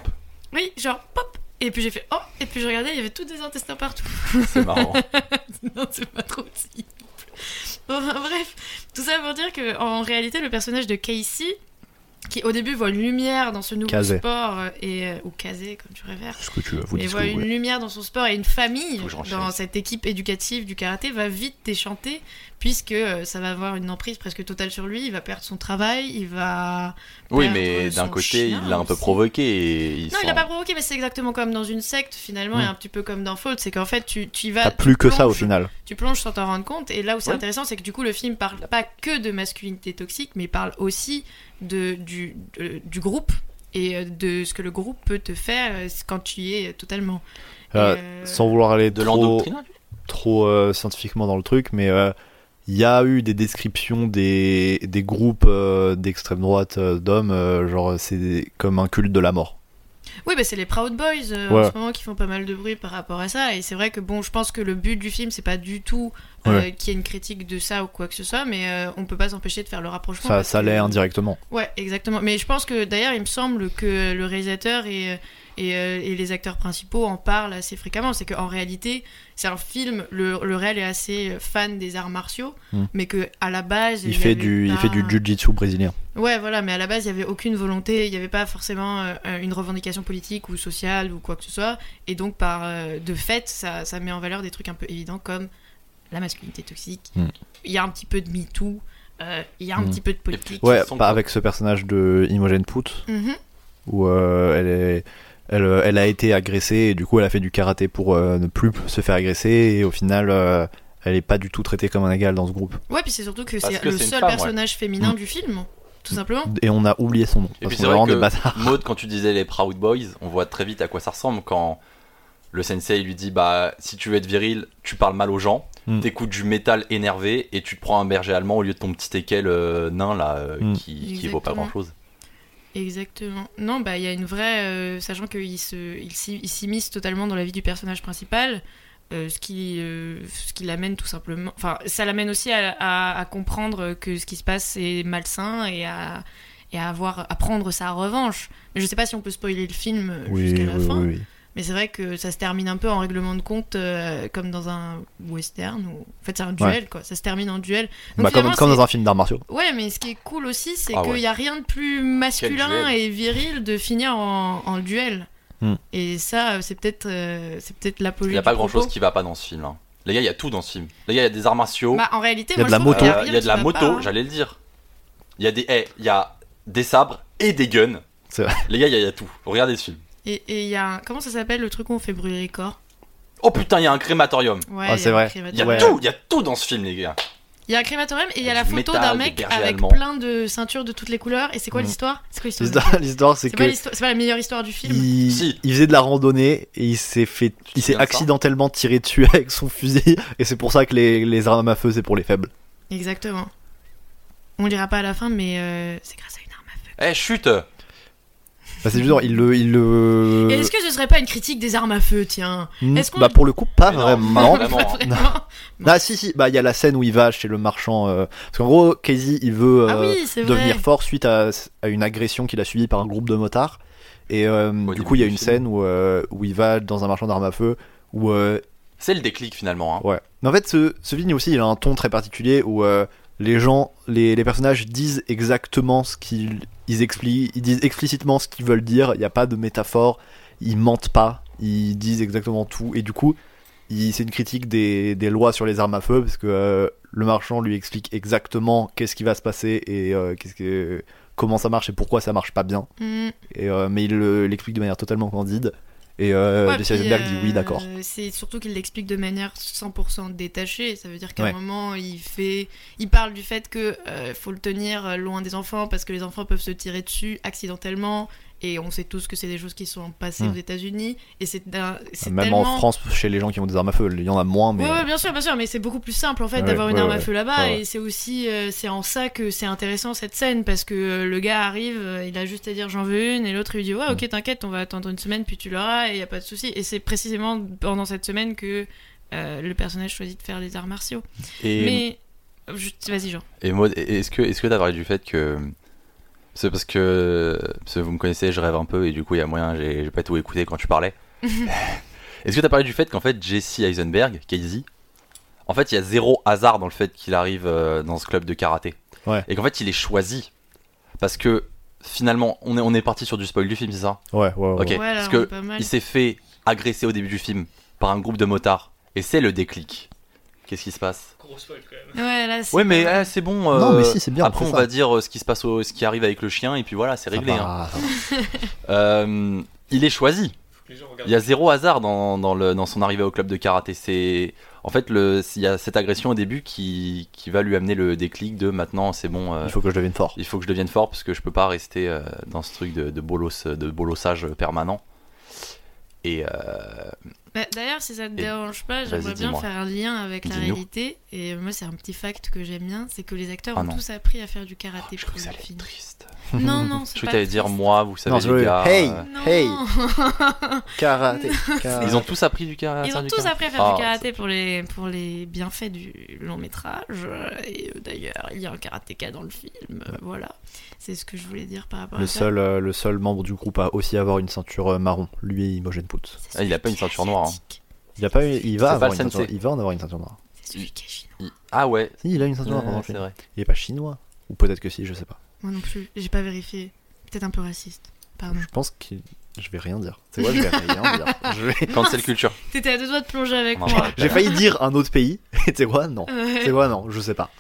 Speaker 9: Oui, genre pop. Et puis j'ai fait oh, et puis je regardais, il y avait tous des intestins partout.
Speaker 2: C'est marrant.
Speaker 9: non, c'est pas trop possible. Enfin, bref, tout ça pour dire que en réalité, le personnage de Casey, qui au début voit une lumière dans ce nouveau
Speaker 1: Casey.
Speaker 9: sport euh, et euh, ou casé comme tu préfères,
Speaker 1: Ce que tu veux, vous
Speaker 9: et voit une lumière dans son sport et une famille
Speaker 2: Faut que je renchaîne.
Speaker 9: dans cette équipe éducative du karaté va vite déchanter puisque euh, ça va avoir une emprise presque totale sur lui. Il va perdre son travail, il va.
Speaker 2: Oui,
Speaker 9: perdre
Speaker 2: mais d'un
Speaker 9: son
Speaker 2: côté,
Speaker 9: chien
Speaker 2: il l'a un peu
Speaker 9: aussi.
Speaker 2: provoqué et il
Speaker 9: Non,
Speaker 2: s'en-
Speaker 9: il l'a pas provoqué, mais c'est exactement comme dans une secte finalement,
Speaker 1: Mm.
Speaker 9: et un petit peu comme dans Fault, c'est qu'en fait tu, tu y vas.
Speaker 1: T'as
Speaker 9: tu
Speaker 1: plus que ça au
Speaker 9: plonges-
Speaker 1: final.
Speaker 9: Tu plonges sans t'en rendre compte, et là où c'est
Speaker 2: Ouais.
Speaker 9: intéressant, c'est que du coup le film parle pas que de masculinité toxique, mais parle aussi de, du, de- du groupe et euh, de ce que le groupe peut te faire euh, quand tu y es totalement.
Speaker 1: Euh,
Speaker 9: Euh,
Speaker 1: Sans vouloir aller
Speaker 2: de
Speaker 1: trop,
Speaker 2: l'endoctrinage.
Speaker 1: trop euh, scientifiquement dans le truc, mais euh, il y a eu des descriptions des, des groupes euh, d'extrême droite euh, d'hommes, euh, genre c'est des- comme un culte de la mort.
Speaker 9: Oui, bah, c'est les Proud Boys euh,
Speaker 1: Ouais.
Speaker 9: en ce moment qui font pas mal de bruit par rapport à ça. Et c'est vrai que bon, je pense que le but du film, c'est pas du tout euh, qu'il y ait une critique de ça ou quoi que ce soit, mais euh, on peut pas s'empêcher de faire le rapprochement.
Speaker 1: Ça,
Speaker 9: parce
Speaker 1: ça
Speaker 9: que-
Speaker 1: l'est indirectement.
Speaker 9: Ouais, exactement. Mais je pense que d'ailleurs, il me semble que le réalisateur et, et, euh, et les acteurs principaux en parlent assez fréquemment. C'est qu'en réalité, c'est un film, le, le réel est assez fan des arts martiaux,
Speaker 1: Hmm.
Speaker 9: mais que à la base.
Speaker 1: Il
Speaker 9: y
Speaker 1: fait
Speaker 9: avait
Speaker 1: du, il fait du
Speaker 9: pas-
Speaker 1: jiu-jitsu brésilien.
Speaker 9: Ouais, voilà, mais à la base, il n'y avait aucune volonté, il n'y avait pas forcément euh, une revendication politique ou sociale ou quoi que ce soit. Et donc, par euh, de fait, ça, ça met en valeur des trucs un peu évidents comme la masculinité toxique, il
Speaker 1: Mm.
Speaker 9: y a un petit peu de MeToo, euh, il y a un
Speaker 1: Mm.
Speaker 9: petit peu de politique.
Speaker 1: Ouais,
Speaker 2: sont
Speaker 1: pas
Speaker 2: pas-
Speaker 1: avec ce personnage de Imogen Poots.
Speaker 9: Mhm.
Speaker 1: où euh, elle, est- elle, euh, elle a été agressée et du coup elle a fait du karaté pour euh, ne plus se faire agresser et au final euh, elle est pas du tout traitée comme un égal dans ce groupe
Speaker 9: Ouais, puis c'est surtout que
Speaker 2: Parce
Speaker 9: c'est
Speaker 2: que
Speaker 9: le
Speaker 2: c'est une
Speaker 9: seul
Speaker 2: femme, ouais.
Speaker 9: personnage
Speaker 1: Mm.
Speaker 9: féminin du film, tout simplement.
Speaker 1: et on a oublié son nom
Speaker 2: Et
Speaker 1: parce
Speaker 2: puis c'est
Speaker 1: qu'on est
Speaker 2: vrai
Speaker 1: vraiment
Speaker 2: que
Speaker 1: des bâtards
Speaker 2: Maud, quand tu disais les Proud Boys, on voit très vite à quoi ça ressemble quand le sensei lui dit bah si tu veux être viril, tu parles mal aux gens,
Speaker 1: Mm.
Speaker 2: t'écoutes du métal énervé et tu te prends un berger allemand au lieu de ton petit teckel euh, nain là euh,
Speaker 1: Mm.
Speaker 2: qui, qui vaut pas
Speaker 9: Exactement.
Speaker 2: grand chose.
Speaker 9: Exactement. Non, bah il y a une vraie, euh, sachant qu'il se, il s'y- il s'immisce totalement dans la vie du personnage principal, euh, ce qui, euh, ce qui l'amène tout simplement. Enfin, ça l'amène aussi à, à- à comprendre que ce qui se passe est malsain et à et à avoir à prendre sa revanche. Mais je sais pas si on peut spoiler le film euh, jusqu'à la fin. Mais c'est vrai que ça se termine un peu en règlement de compte, euh, comme dans un western. Ou... En fait, c'est un duel, quoi. Ça se termine en duel. Donc,
Speaker 1: Bah, comme,
Speaker 9: finalement,
Speaker 1: comme
Speaker 9: c'est-
Speaker 1: dans un film d'arts martiaux
Speaker 9: Ouais, mais ce qui est cool aussi, c'est
Speaker 2: Ah
Speaker 9: qu'il
Speaker 2: ouais.
Speaker 9: n'y a rien de plus masculin
Speaker 2: duel.
Speaker 9: et viril de finir en, en duel.
Speaker 1: Hmm.
Speaker 9: Et ça, c'est peut-être euh, c'est peut-être l'apogée.
Speaker 2: Il y a
Speaker 9: du
Speaker 2: pas grand
Speaker 9: propos.
Speaker 2: chose qui va pas dans ce film. hein. Les gars, il y a tout dans ce film. Les gars, il y a des arts martiaux,
Speaker 9: Bah, en réalité,
Speaker 1: Il y a
Speaker 9: moi,
Speaker 1: de la
Speaker 9: je trouve
Speaker 2: euh,
Speaker 1: moto.
Speaker 9: qu'il y a
Speaker 2: il
Speaker 9: rien
Speaker 2: y a de
Speaker 9: qui
Speaker 2: la
Speaker 9: va
Speaker 2: moto,
Speaker 9: pas, hein.
Speaker 2: j'allais le dire. Il y a des haies, il y a des sabres et des guns.
Speaker 1: C'est vrai.
Speaker 2: Les gars, il y, a- il y a tout. Regardez ce film.
Speaker 9: Et et il y a un- comment ça s'appelle le truc où on fait brûler les corps
Speaker 2: Oh putain, il y a un crématorium.
Speaker 1: Ah,
Speaker 9: Ouais, il y a
Speaker 1: c'est
Speaker 9: un
Speaker 1: vrai.
Speaker 9: crématorium.
Speaker 2: Il y a
Speaker 1: Ouais.
Speaker 2: tout, il y a tout dans ce film, les gars.
Speaker 9: Il y a un crématorium et il y a
Speaker 2: Du
Speaker 9: la photo
Speaker 2: métal,
Speaker 9: d'un
Speaker 2: des
Speaker 9: mec
Speaker 2: bergers
Speaker 9: avec
Speaker 2: allemands.
Speaker 9: plein de ceintures de toutes les couleurs. Et c'est quoi
Speaker 1: Hmm.
Speaker 9: l'histoire C'est quoi l'histoire
Speaker 1: L'histoire- l'histoire c'est
Speaker 9: C'est pas
Speaker 1: que
Speaker 9: l'histoire- c'est pas la meilleure histoire du film.
Speaker 1: il,
Speaker 2: Si.
Speaker 1: il faisait de la randonnée et il s'est fait
Speaker 2: te
Speaker 1: il s'est
Speaker 2: souviens de ça
Speaker 1: accidentellement tiré dessus avec son fusil et c'est pour ça que les, les armes à feu c'est pour les faibles
Speaker 9: Exactement. On lira pas à la fin, mais euh, c'est grâce à une arme à feu.
Speaker 2: Eh, chute
Speaker 1: Bah, c'est juste genre, il le il le
Speaker 9: Et Est-ce que ce serait pas une critique des armes à feu, tiens
Speaker 1: Hmm,
Speaker 9: est-ce qu'on-
Speaker 1: bah pour le coup pas
Speaker 2: Mais non,
Speaker 1: vraiment
Speaker 2: vraiment, hein.
Speaker 9: Vraiment
Speaker 1: Ah si si, bah il y a la scène où il va chez le marchand euh, parce qu'en gros Casey il veut
Speaker 9: Ah
Speaker 1: euh,
Speaker 9: oui, c'est vrai.
Speaker 1: devenir fort suite à, à une agression qu'il a subie par un groupe de motards et euh, du
Speaker 2: début
Speaker 1: coup il y a
Speaker 2: du
Speaker 1: une
Speaker 2: film.
Speaker 1: scène où euh, où il va dans un marchand d'armes à feu où euh,
Speaker 2: C'est le déclic finalement. hein.
Speaker 1: ouais. Mais en fait ce ce film aussi il a un ton très particulier où euh, les gens les, les personnages disent exactement ce qu'ils ils expliquent, ils disent explicitement ce qu'ils veulent dire, il n'y a pas de métaphore, ils mentent pas, ils disent exactement tout et du coup il- c'est une critique des, des lois sur les armes à feu parce que euh, le marchand lui explique exactement qu'est-ce qui va se passer et euh, qu'est-ce que, comment ça marche et pourquoi ça marche pas bien.
Speaker 9: Mm.
Speaker 1: Et, euh, mais il le- l'explique de manière totalement candide. Et euh,
Speaker 9: Ouais,
Speaker 1: Jesse
Speaker 9: puis,
Speaker 1: Eisenberg dit oui,
Speaker 9: euh,
Speaker 1: d'accord.
Speaker 9: C'est surtout qu'il l'explique de manière 100% détachée. Ça veut dire qu'à
Speaker 1: Ouais.
Speaker 9: un moment, il fait, il parle du fait que euh, faut le tenir loin des enfants parce que les enfants peuvent se tirer dessus accidentellement. Et on sait tous que c'est des choses qui sont passées
Speaker 1: Mm.
Speaker 9: aux États-Unis. Et c'est d'un- c'est
Speaker 1: Même
Speaker 9: tellement...
Speaker 1: en France, chez les gens qui ont des armes à feu, il y en a moins, mais
Speaker 9: Ouais,
Speaker 2: euh,
Speaker 9: ouais, bien sûr, bien sûr, mais c'est beaucoup plus simple en fait
Speaker 1: Ouais,
Speaker 9: d'avoir une
Speaker 1: ouais,
Speaker 9: arme à
Speaker 1: ouais,
Speaker 9: feu là-bas
Speaker 1: ouais, ouais.
Speaker 9: et c'est aussi euh, c'est en ça que c'est intéressant cette scène parce que euh, le gars arrive, euh, il a juste à dire j'en veux une et l'autre il dit ouais ok t'inquiète on va attendre une semaine puis tu l'auras et y a pas de souci et c'est précisément pendant cette semaine que euh, le personnage choisit de faire les arts martiaux.
Speaker 2: Et,
Speaker 9: Mais juste- vas-y Jean.
Speaker 2: et Maud, est-ce que est-ce que t'as parlé du fait que c'est parce que parce que vous me connaissez, je rêve un peu et du coup il y a moyen, j'ai j'ai pas tout écouté quand tu parlais. est-ce que t'as parlé du fait qu'en fait Jesse Eisenberg, Casey, en fait il y a zéro hasard dans le fait qu'il arrive euh, dans ce club de karaté
Speaker 1: Ouais.
Speaker 2: et qu'en fait il est choisi parce que finalement on est on est parti sur du spoil du film, c'est ça
Speaker 1: ouais, ouais, ouais.
Speaker 2: Ok,
Speaker 9: Ouais,
Speaker 2: parce
Speaker 9: là, on est
Speaker 2: que
Speaker 9: pas mal.
Speaker 2: il s'est fait agresser au début du film par un groupe de motards et c'est le déclic. Qu'est-ce qui se passe
Speaker 10: Gros spoil quand même.
Speaker 9: Ouais là c'est
Speaker 2: Ouais, mais eh, c'est bon.
Speaker 1: Non,
Speaker 2: euh,
Speaker 1: mais si, c'est bien,
Speaker 2: Après,
Speaker 1: on fait
Speaker 2: on
Speaker 1: ça.
Speaker 2: va dire euh, ce qui se passe, au- ce qui arrive avec le chien et puis voilà, c'est
Speaker 1: Ça
Speaker 2: réglé. hein.
Speaker 1: va, ça va.
Speaker 2: Euh, il est choisi.
Speaker 10: Faut que les gens
Speaker 2: Il
Speaker 10: regardent.
Speaker 2: y a zéro hasard dans, dans le, dans son arrivée au club de karaté. C'est en fait le il y a cette agression au début qui, qui va lui amener le déclic de maintenant c'est bon. euh,
Speaker 1: Il faut que je devienne fort.
Speaker 2: il faut que je devienne fort parce que je peux pas rester euh, dans ce truc de, de bolos de bolossage permanent. Et euh,
Speaker 9: Bah, D'ailleurs, si ça te
Speaker 2: Et-
Speaker 9: dérange pas,
Speaker 2: Vas-y,
Speaker 9: j'aimerais bien
Speaker 2: dis-moi.
Speaker 9: faire un lien avec la
Speaker 2: Dis-nous.
Speaker 9: réalité. Et moi, c'est un petit fact que j'aime bien, c'est que les acteurs
Speaker 2: Ah
Speaker 9: ont
Speaker 2: non. Oh,
Speaker 9: tous appris à faire du karaté
Speaker 2: je
Speaker 9: pour
Speaker 2: crois que ça
Speaker 9: le
Speaker 2: allait être
Speaker 9: film.
Speaker 2: triste.
Speaker 9: Non, non, c'est
Speaker 2: Je crois
Speaker 9: pas
Speaker 2: que t'allais dire moi, vous savez
Speaker 1: Non, je
Speaker 2: les
Speaker 1: veux-
Speaker 2: gars.
Speaker 1: Hey
Speaker 2: euh,
Speaker 9: Non.
Speaker 1: Hey Ah, Karaté.
Speaker 2: Ils
Speaker 1: Euh,
Speaker 2: ont tous appris du karaté.
Speaker 9: Ils ont
Speaker 2: du
Speaker 9: tous
Speaker 2: karaté.
Speaker 9: appris à faire
Speaker 2: Ah,
Speaker 9: du karaté pour les, pour les bienfaits du long métrage. Et euh, d'ailleurs, il y a un karatéka dans le film. euh, Voilà. C'est ce que je voulais dire par rapport
Speaker 1: Le
Speaker 9: à ça.
Speaker 1: seul, euh, le seul membre du groupe à aussi avoir une ceinture euh, marron. Lui, Imogen Poots.
Speaker 9: C'est
Speaker 2: Ah, il a pas une
Speaker 9: celui qui est
Speaker 2: ceinture noire, hein.
Speaker 9: asiatique.
Speaker 1: Il a pas, eu- il va
Speaker 2: C'est pas
Speaker 1: avoir
Speaker 2: le
Speaker 1: une ceinture,
Speaker 2: sensei.
Speaker 1: il va en avoir une ceinture noire.
Speaker 9: C'est celui qui est chinois.
Speaker 2: c'est- Ah ouais.
Speaker 1: Si, il a une ceinture noire.
Speaker 2: Ouais,
Speaker 1: pendant le
Speaker 2: c'est
Speaker 1: film.
Speaker 2: vrai.
Speaker 1: Il est pas chinois. Ou peut-être que si, je sais pas.
Speaker 9: Moi non plus, j'ai pas vérifié. Peut-être un peu raciste. Pardon.
Speaker 1: Je pense que je vais rien dire. C'est quoi Je vais rien dire. Je vais-
Speaker 2: Cancel culture.
Speaker 9: T'étais à deux doigts de plonger avec
Speaker 2: On en
Speaker 9: moi.
Speaker 2: parle tout à
Speaker 1: J'ai
Speaker 2: l'heure.
Speaker 1: failli dire un autre pays. Et tu sais quoi Non.
Speaker 9: Ouais.
Speaker 1: C'est quoi Non, je sais pas.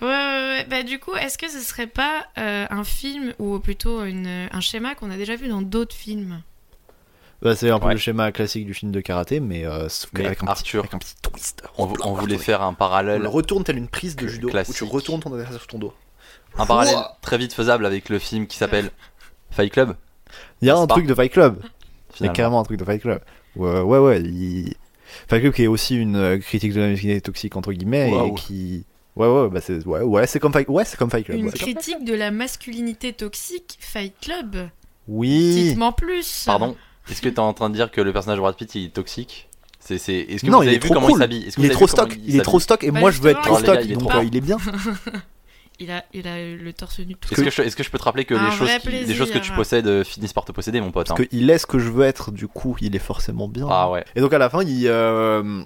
Speaker 9: Ouais, ouais, ouais. Bah, du coup, est-ce que ce serait pas euh, un film ou plutôt une- un schéma qu'on a déjà vu dans d'autres films
Speaker 1: Bah, c'est un peu
Speaker 2: Ouais.
Speaker 1: le schéma classique du film de karaté, mais, euh, sauf que
Speaker 2: Mais
Speaker 1: avec, un petit,
Speaker 2: Arthur,
Speaker 1: avec un petit twist.
Speaker 2: on, vou- on voulait faire un parallèle,
Speaker 1: Le retourne telle une prise de
Speaker 2: Que-
Speaker 1: judo où tu
Speaker 2: classique.
Speaker 1: retournes ton adversaire sur ton dos.
Speaker 2: un parallèle très vite faisable avec le film qui s'appelle Fight Club.
Speaker 1: Il y a
Speaker 2: N'est-ce
Speaker 1: un
Speaker 2: pas
Speaker 1: truc de Fight Club. Il y a
Speaker 2: Finalement.
Speaker 1: carrément un truc de Fight Club. Où, euh, ouais, ouais. il- Fight Club qui est aussi une euh, critique de la masculinité toxique, entre guillemets,
Speaker 2: Waouh.
Speaker 1: et qui. Ouais, ouais, bah c'est ouais, ouais, c'est comme, Fight... ouais, c'est comme Fight Club.
Speaker 9: Une
Speaker 1: ouais.
Speaker 9: critique de la masculinité toxique, Fight Club.
Speaker 1: Oui.
Speaker 9: Dites-moi en plus.
Speaker 2: Pardon. Est-ce que t'es en train de dire que le personnage de Brad Pitt il est toxique C'est c'est. Est-ce que
Speaker 1: Non,
Speaker 2: vous
Speaker 1: il
Speaker 2: avez
Speaker 1: est
Speaker 2: vu
Speaker 1: trop
Speaker 2: comment
Speaker 1: cool.
Speaker 2: il s'habille Est-ce que
Speaker 1: Il est
Speaker 2: vous avez
Speaker 1: trop
Speaker 2: vu comment
Speaker 1: stock, il est trop
Speaker 2: s'habille
Speaker 1: stock, et
Speaker 9: Bah,
Speaker 1: moi je veux être
Speaker 9: justement,
Speaker 1: trop
Speaker 2: les gars,
Speaker 1: stock,
Speaker 2: il est
Speaker 1: donc
Speaker 2: trop
Speaker 1: euh, il est bien.
Speaker 9: Il a, il a eu le torse nu tout
Speaker 2: Est-ce que, je- est-ce que je peux te rappeler que
Speaker 9: Un
Speaker 2: les choses,
Speaker 9: vrai
Speaker 2: qui- les choses que tu
Speaker 9: plaisir.
Speaker 2: possèdes euh, finissent par te posséder, mon pote hein.
Speaker 1: Parce qu'il est ce que je veux être, du coup, il est forcément bien.
Speaker 2: Ah ouais.
Speaker 1: Et donc à la fin, il, euh,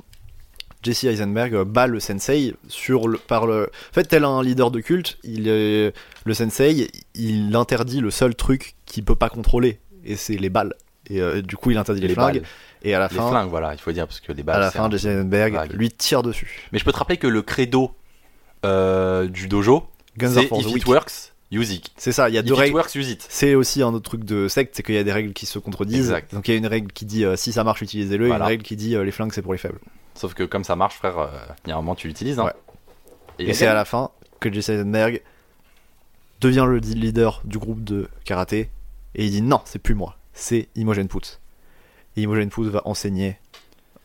Speaker 1: Jesse Eisenberg euh, bat le sensei sur le, par le. En fait, tel un leader de culte, il est- le sensei, il interdit le seul truc qu'il peut pas contrôler, et c'est les balles. Et euh, du coup, il interdit les, flingues.
Speaker 2: balles.
Speaker 1: Et à la
Speaker 2: Les
Speaker 1: fin,
Speaker 2: flingues, voilà, il faut dire, parce que les balles.
Speaker 1: à la
Speaker 2: c'est
Speaker 1: fin,
Speaker 2: un-
Speaker 1: Jesse Eisenberg
Speaker 2: vague.
Speaker 1: lui tire dessus.
Speaker 2: Mais je peux te rappeler que le credo euh, du dojo,
Speaker 1: Guns
Speaker 2: c'est
Speaker 1: are for
Speaker 2: if
Speaker 1: the
Speaker 2: it
Speaker 1: weak.
Speaker 2: works, use it.
Speaker 1: C'est ça. Il y a
Speaker 2: If
Speaker 1: deux
Speaker 2: it
Speaker 1: règles.
Speaker 2: works, use it.
Speaker 1: C'est aussi un autre truc de secte, c'est qu'il y a des règles qui se contredisent.
Speaker 2: Exact.
Speaker 1: Donc il y a une règle qui dit euh, si ça marche, utilisez-le, et
Speaker 2: Voilà.
Speaker 1: une règle qui dit euh, les flingues, c'est pour les faibles.
Speaker 2: Sauf que comme ça marche, frère, euh, il y a un moment tu l'utilises. Hein.
Speaker 1: Ouais.
Speaker 2: Et,
Speaker 1: Et, c'est à la fin que Jesse Eisenberg devient le leader du groupe de karaté et il dit non, c'est plus moi, c'est Imogen Poots. Et Imogen Poots va enseigner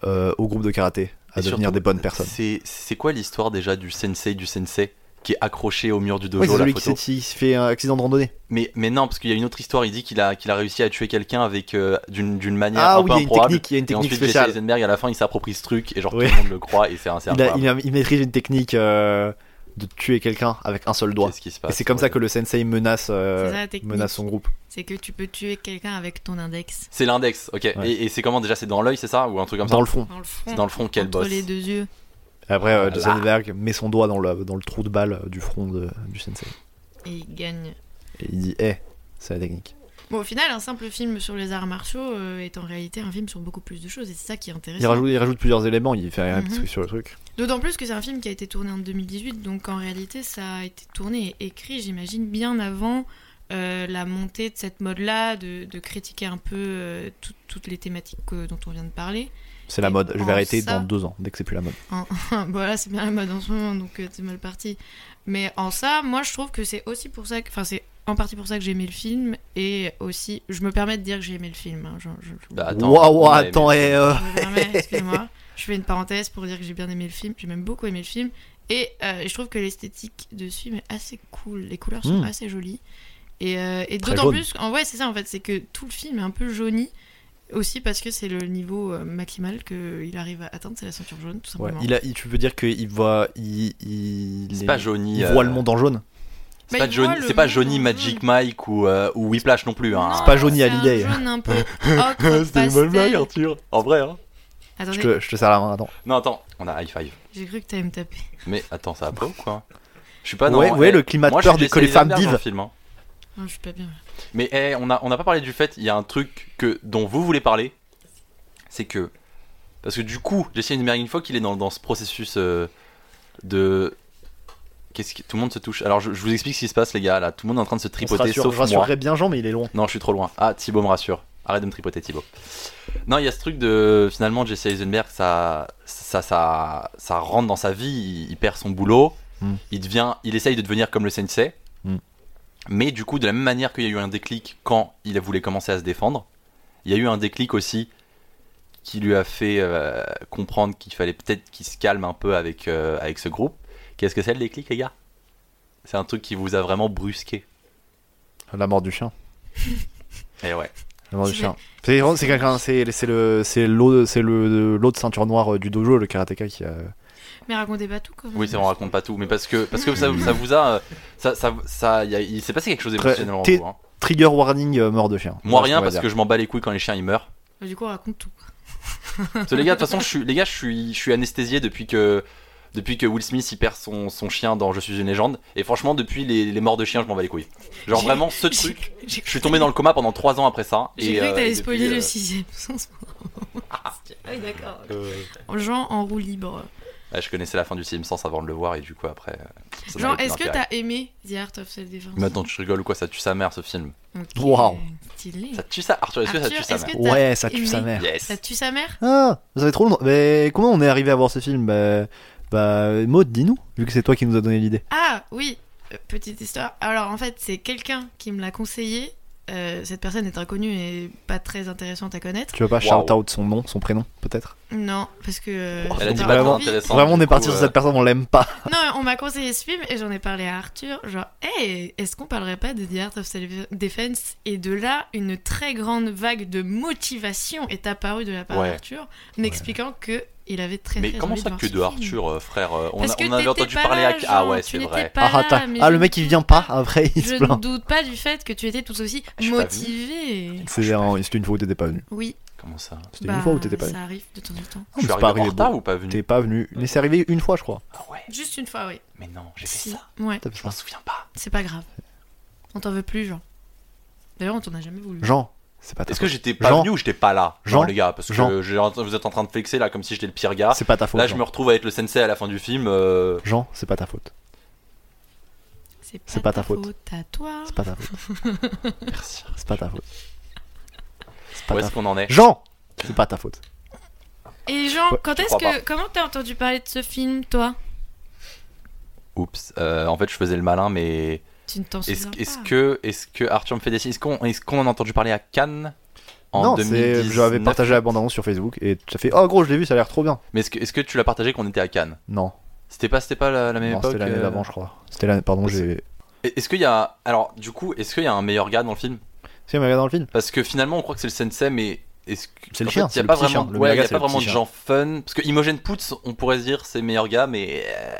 Speaker 1: euh, au groupe de karaté à
Speaker 2: et
Speaker 1: devenir
Speaker 2: surtout,
Speaker 1: des bonnes personnes.
Speaker 2: C'est, c'est quoi l'histoire déjà du sensei du sensei qui est accroché au mur du dojo
Speaker 1: Ouais, c'est
Speaker 2: la
Speaker 1: celui qui
Speaker 2: photo
Speaker 1: s'est qui s'est fait un accident de randonnée.
Speaker 2: mais, mais non, parce qu'il y a une autre histoire, il dit qu'il a, qu'il a réussi à tuer quelqu'un avec euh, d'une, d'une manière
Speaker 1: Ah
Speaker 2: un
Speaker 1: oui,
Speaker 2: peu
Speaker 1: il y a une
Speaker 2: improbable.
Speaker 1: technique, il y a une
Speaker 2: et
Speaker 1: technique
Speaker 2: ensuite, Jesse
Speaker 1: spéciale.
Speaker 2: Eisenberg, à la fin, il s'approprie ce truc et genre
Speaker 1: Ouais.
Speaker 2: tout le monde le croit et c'est un c'est
Speaker 1: Il, a-
Speaker 2: incroyable.
Speaker 1: il a- il maîtrise une technique euh, de tuer quelqu'un avec un seul doigt.
Speaker 2: Qu'est-ce qui se
Speaker 1: Et
Speaker 2: passe
Speaker 1: c'est comme ça que le sensei menace, euh,
Speaker 9: C'est ça, la technique.
Speaker 1: menace son groupe.
Speaker 9: C'est que tu peux tuer quelqu'un avec ton index
Speaker 2: C'est l'index, ok.
Speaker 1: Ouais.
Speaker 2: Et, et c'est comment déjà C'est dans l'œil, c'est ça Ou un truc comme
Speaker 1: dans
Speaker 2: ça
Speaker 1: le front.
Speaker 9: dans le front.
Speaker 2: C'est dans le front, quel
Speaker 9: entre
Speaker 2: boss
Speaker 9: les deux yeux.
Speaker 1: Et après, euh, Jesse
Speaker 2: Voilà.
Speaker 1: Eisenberg met son doigt dans le, dans le trou de balle du front de- du sensei.
Speaker 9: Et il gagne.
Speaker 1: Et il dit, hé, c'est la technique.
Speaker 9: Bon, au final, un simple film sur les arts martiaux euh, est en réalité un film sur beaucoup plus de choses, et c'est ça qui est
Speaker 1: Il
Speaker 9: intéressant.
Speaker 1: rajoute, il rajoute plusieurs éléments, il fait un
Speaker 9: Mhm.
Speaker 1: petit truc sur le truc.
Speaker 9: D'autant plus que c'est un film qui a été tourné en 2018, donc en réalité, ça a été tourné et écrit, j'imagine, bien avant euh, la montée de cette mode-là, de, de critiquer un peu euh, tout- toutes les thématiques euh, dont on vient de parler.
Speaker 1: C'est la
Speaker 9: Et
Speaker 1: mode. Je
Speaker 9: en
Speaker 1: vais arrêter
Speaker 9: ça-
Speaker 1: dans deux ans, dès que c'est plus la mode.
Speaker 9: voilà, c'est bien la mode en ce moment, donc euh, t'es mal parti. Mais en ça, moi, je trouve que c'est aussi pour ça que. Enfin, c'est en partie pour ça que j'ai aimé le film, et aussi. Je me permets de dire que j'ai aimé le film. hein, je- je- je-
Speaker 2: Bah, attends,
Speaker 1: Waouh,
Speaker 2: on a aimé
Speaker 1: attends,
Speaker 2: le
Speaker 1: et.
Speaker 2: film.
Speaker 1: euh,
Speaker 9: Je me permets, excusez-moi. Je fais une parenthèse pour dire que j'ai bien aimé le film. J'ai même beaucoup aimé le film. Et euh, je trouve que l'esthétique de ce film est assez cool. Les couleurs sont
Speaker 1: Mm.
Speaker 9: assez jolies. Et, euh, et
Speaker 1: Très
Speaker 9: d'autant
Speaker 1: jaune.
Speaker 9: plus, en ouais, c'est ça en fait, c'est que tout le film est un peu jauni. Aussi parce que c'est le niveau euh, maximal qu'il arrive à atteindre, c'est la ceinture jaune, tout
Speaker 1: ouais,
Speaker 9: simplement.
Speaker 1: il a, il- tu veux dire qu'il voit. Il, il,
Speaker 2: C'est
Speaker 1: il-
Speaker 2: pas Johnny.
Speaker 1: il
Speaker 2: euh,
Speaker 1: voit le monde en jaune.
Speaker 2: C'est
Speaker 9: Bah,
Speaker 2: pas
Speaker 9: il voit
Speaker 2: Johnny,
Speaker 9: le
Speaker 2: c'est pas
Speaker 9: monde
Speaker 2: Johnny
Speaker 9: en
Speaker 2: Magic
Speaker 9: jaune.
Speaker 2: Mike ou, euh, ou Whiplash non plus. Hein.
Speaker 9: Non,
Speaker 1: pas Johnny
Speaker 9: c'est un
Speaker 1: Hallyday.
Speaker 9: jaune un peu ocre,
Speaker 2: C'était une bonne blague,
Speaker 9: pastel.
Speaker 2: Arthur. En vrai, hein.
Speaker 1: Je
Speaker 9: Attendez,
Speaker 1: te, je te serre la main, attends.
Speaker 2: Non, attends, on a high five.
Speaker 9: j'ai cru que t'allais me taper.
Speaker 2: Mais attends, ça va pas ou quoi Je suis pas dans
Speaker 1: ouais, ouais,
Speaker 2: eh,
Speaker 1: le climat
Speaker 2: moi,
Speaker 1: de
Speaker 2: je suis
Speaker 1: peur des que
Speaker 2: Jesse
Speaker 1: les femmes
Speaker 2: Eisenberg dans le
Speaker 1: vivent.
Speaker 2: film, hein.
Speaker 9: Non, je suis pas bien.
Speaker 2: Mais eh, on a on a pas parlé du fait, il y a un truc que dont vous voulez parler, c'est que parce que du coup, Jesse Eisenberg une fois qu'il est dans, dans ce processus euh, de qu'est-ce que tout le monde se touche. Alors je, je vous explique ce qui se passe les gars là, tout le monde est en train de se
Speaker 1: On se
Speaker 2: tripoter
Speaker 1: rassure,
Speaker 2: sauf
Speaker 1: je
Speaker 2: moi.
Speaker 1: rassurerais bien Jean, mais il est loin.
Speaker 2: Non, je suis trop loin. Ah, Thibaut me rassure. Arrête de me tripoter, Thibaut. Non, il y a ce truc de finalement Jesse Eisenberg, ça, ça, ça, ça rentre dans sa vie. Il, il perd son boulot.
Speaker 1: Mm.
Speaker 2: Il devient, il essaye de devenir comme le sensei.
Speaker 1: Mm.
Speaker 2: Mais du coup, de la même manière qu'il y a eu un déclic quand il voulait commencer à se défendre, il y a eu un déclic aussi qui lui a fait euh, comprendre qu'il fallait peut-être qu'il se calme un peu avec euh, avec ce groupe. Qu'est-ce que c'est le déclic, les gars C'est un truc qui vous a vraiment brusqué.
Speaker 1: La mort du chien.
Speaker 2: Et Eh ouais.
Speaker 1: La mort du
Speaker 9: Je
Speaker 1: chien. C'est c'est quelqu'un, c'est c'est le c'est l'autre c'est le l'autre ceinture noire euh, du dojo, le karatéka qui a. euh,
Speaker 9: Mais racontez pas tout quand même.
Speaker 2: Oui, c'est vrai, on raconte pas tout, mais parce que parce que ça, ça vous a euh, ça ça, ça y a- il s'est passé quelque chose
Speaker 1: Très-
Speaker 2: émotionnellement.
Speaker 1: t'es-
Speaker 2: vous, hein.
Speaker 1: Trigger warning euh, mort de chien.
Speaker 2: Moi
Speaker 1: Voilà ce
Speaker 2: rien
Speaker 1: qu'on va
Speaker 2: parce
Speaker 1: dire.
Speaker 2: que je m'en bats les couilles quand les chiens ils meurent.
Speaker 9: Bah, Du coup, on raconte tout.
Speaker 2: Parce que les gars, de toute façon, je suis les gars, je suis je suis anesthésié depuis que depuis que Will Smith il perd son, son chien dans Je suis une légende et franchement depuis les, les morts de chiens, je m'en bats les couilles. Genre
Speaker 9: J'ai-
Speaker 2: vraiment ce
Speaker 9: j'ai-
Speaker 2: truc,
Speaker 9: j'ai-
Speaker 2: je suis tombé dans le coma pendant 3 ans après ça
Speaker 9: J'ai
Speaker 2: et,
Speaker 9: cru
Speaker 2: euh,
Speaker 9: que t'allais
Speaker 2: et
Speaker 9: spoiler
Speaker 2: depuis,
Speaker 9: le
Speaker 2: euh,
Speaker 9: sixième sens. ah oui, d'accord.
Speaker 2: Euh,
Speaker 9: Jean en roue libre.
Speaker 2: ah, je connaissais la fin du Simpsons avant de le voir et du coup après euh, ça
Speaker 9: Jean,
Speaker 2: n'avait plus
Speaker 9: est-ce que
Speaker 2: d'intérêt.
Speaker 9: t'as aimé The Art of Self-Defense
Speaker 2: Mais attends, tu rigoles ou quoi Ça tue sa mère ce film.
Speaker 9: Ok,
Speaker 1: Wow.
Speaker 9: Stylé.
Speaker 2: Ça tue ça Arthur, est-ce que ça
Speaker 9: Arthur,
Speaker 2: tue sa
Speaker 9: est-ce
Speaker 2: mère
Speaker 9: que t'as
Speaker 1: Ouais, ça tue
Speaker 9: aimé
Speaker 1: sa mère.
Speaker 2: Yes.
Speaker 9: Ça tue sa mère
Speaker 1: Ah, ça fait trop longtemps. Mais comment on est arrivé à voir ce film Bah, bah Maud, dis-nous, vu que c'est toi qui nous as donné l'idée.
Speaker 9: Ah oui, euh, petite histoire. Alors en fait, c'est quelqu'un qui me l'a conseillé. Euh, cette personne est inconnue et pas très intéressante à connaître.
Speaker 1: Tu veux pas
Speaker 2: Wow.
Speaker 1: shout out son nom, son prénom, peut-être
Speaker 9: Non, parce que. euh,
Speaker 1: Elle
Speaker 2: Oh,
Speaker 9: j'ai
Speaker 1: a dit
Speaker 9: pas
Speaker 1: pas vraiment
Speaker 9: envie.
Speaker 2: intéressant. Non,
Speaker 1: Vraiment, on
Speaker 2: du
Speaker 1: est
Speaker 2: coup,
Speaker 1: parti sur
Speaker 2: euh,
Speaker 1: cette personne, on l'aime pas.
Speaker 9: Non, on m'a conseillé ce film et j'en ai parlé à Arthur. Genre, hey, est-ce qu'on parlerait pas de The Art of Self-Defense Et de là, une très grande vague de motivation est apparue de la part
Speaker 2: Ouais.
Speaker 9: d'Arthur, m'expliquant que il avait très
Speaker 2: Mais
Speaker 9: très
Speaker 2: comment
Speaker 9: envie
Speaker 2: ça
Speaker 9: de voir
Speaker 2: que
Speaker 9: ce
Speaker 2: de
Speaker 9: film.
Speaker 2: Arthur, euh, frère euh, On,
Speaker 9: Parce
Speaker 2: a-
Speaker 9: que
Speaker 2: on avait
Speaker 9: t'étais
Speaker 2: entendu
Speaker 9: pas
Speaker 2: parler
Speaker 9: là,
Speaker 2: à. Ah
Speaker 9: Jean,
Speaker 2: ouais,
Speaker 9: tu
Speaker 2: c'est
Speaker 9: n'étais
Speaker 2: vrai.
Speaker 9: pas là,
Speaker 1: ah, t'as-
Speaker 9: mais
Speaker 1: ah, le
Speaker 9: je
Speaker 1: mec il
Speaker 9: doute
Speaker 1: vient pas après, il
Speaker 9: Je
Speaker 1: se
Speaker 9: ne
Speaker 1: plaint.
Speaker 9: doute pas du fait que tu étais tout aussi
Speaker 2: Ah, je suis pas
Speaker 9: motivé.
Speaker 1: C'est vrai, c'était une fois où t'étais pas venu.
Speaker 9: Oui,
Speaker 2: Comment ça
Speaker 1: C'était
Speaker 9: bah,
Speaker 1: une fois où t'étais pas venu.
Speaker 9: ça arrive de temps en temps.
Speaker 2: Je suis
Speaker 1: c'est
Speaker 2: arrivé
Speaker 1: pas
Speaker 2: en
Speaker 1: arrivé
Speaker 2: retard
Speaker 1: beau.
Speaker 2: ou pas venu
Speaker 1: T'es pas venu. Mais c'est arrivé une fois, je crois.
Speaker 2: Ah ouais,
Speaker 9: Juste une fois, oui.
Speaker 2: mais non, j'ai fait
Speaker 9: Si.
Speaker 2: ça.
Speaker 9: Ouais,
Speaker 1: Ça fait
Speaker 2: Je m'en
Speaker 1: ça.
Speaker 2: souviens pas.
Speaker 9: c'est pas grave. On t'en veut plus, Jean. D'ailleurs, on t'en a jamais voulu.
Speaker 1: Jean, c'est pas ta
Speaker 2: Est-ce que
Speaker 1: faute.
Speaker 2: j'étais pas
Speaker 1: Jean.
Speaker 2: venu ou j'étais pas là
Speaker 1: Jean.
Speaker 2: Non, les gars, parce que
Speaker 1: Jean.
Speaker 2: j'ai- vous êtes en train de flexer là comme si j'étais le pire gars.
Speaker 1: C'est pas ta faute.
Speaker 2: Là, je
Speaker 1: Jean.
Speaker 2: me retrouve avec le sensei à la fin du film. euh,
Speaker 1: Jean, c'est pas ta faute.
Speaker 9: C'est
Speaker 1: C'est
Speaker 9: pas,
Speaker 1: pas ta faute.
Speaker 9: à toi.
Speaker 1: C'est pas ta faute.
Speaker 2: Merci.
Speaker 1: C'est pas ta faute. C'est pas
Speaker 2: Où
Speaker 1: ta
Speaker 2: est-ce
Speaker 1: faute.
Speaker 2: qu'on en est
Speaker 1: Jean, c'est pas ta faute.
Speaker 9: Et Jean,
Speaker 1: Ouais,
Speaker 9: quand
Speaker 2: je
Speaker 9: est-ce
Speaker 2: crois
Speaker 9: que comment t'as entendu parler de ce film, toi
Speaker 2: Oups. euh, en fait, je faisais le malin, mais
Speaker 9: Tu ne t'en
Speaker 2: est-ce
Speaker 9: souviens pas.
Speaker 2: est-ce que est-ce que Arthur me fait des signes Est-ce qu'on est-ce qu'on en a entendu parler à Cannes en
Speaker 1: non, c'est
Speaker 2: 2019
Speaker 1: j'avais partagé la bande-annonce sur Facebook et tu as fait oh gros, je l'ai vu, ça a l'air trop bien.
Speaker 2: Mais est-ce que est-ce que tu l'as partagé qu'on était à Cannes
Speaker 1: Non,
Speaker 2: C'était pas c'était pas la, la même
Speaker 1: non
Speaker 2: époque.
Speaker 1: c'était l'année
Speaker 2: euh,
Speaker 1: d'avant, je crois. C'était l'année pardon, j'ai
Speaker 2: Et- Est-ce qu'il y a alors du coup est-ce qu'il y a un meilleur gars dans le film
Speaker 1: Si, mais regarde dans le film.
Speaker 2: Parce que finalement on croit que c'est le sensei mais est-ce que
Speaker 1: C'est le
Speaker 2: en
Speaker 1: chien,
Speaker 2: fait, il y
Speaker 1: c'est
Speaker 2: a
Speaker 1: le
Speaker 2: pas
Speaker 1: petit
Speaker 2: vraiment
Speaker 1: chien. Le
Speaker 2: ouais,
Speaker 1: meilleur
Speaker 2: il y
Speaker 1: gars,
Speaker 2: a
Speaker 1: c'est
Speaker 2: pas
Speaker 1: le
Speaker 2: vraiment de
Speaker 1: petit
Speaker 2: gens fun parce que Imogen Poots on pourrait se dire c'est meilleur gars mais euh,